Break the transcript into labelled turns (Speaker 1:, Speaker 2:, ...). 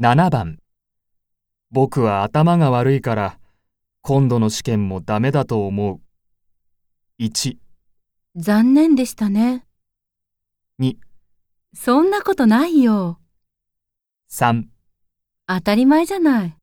Speaker 1: 7番僕は頭が悪いから今度の試験もダメだと思う。1、
Speaker 2: 残念でしたね。
Speaker 1: に
Speaker 2: そんなことないよ。
Speaker 1: 3
Speaker 2: 当たり前じゃない。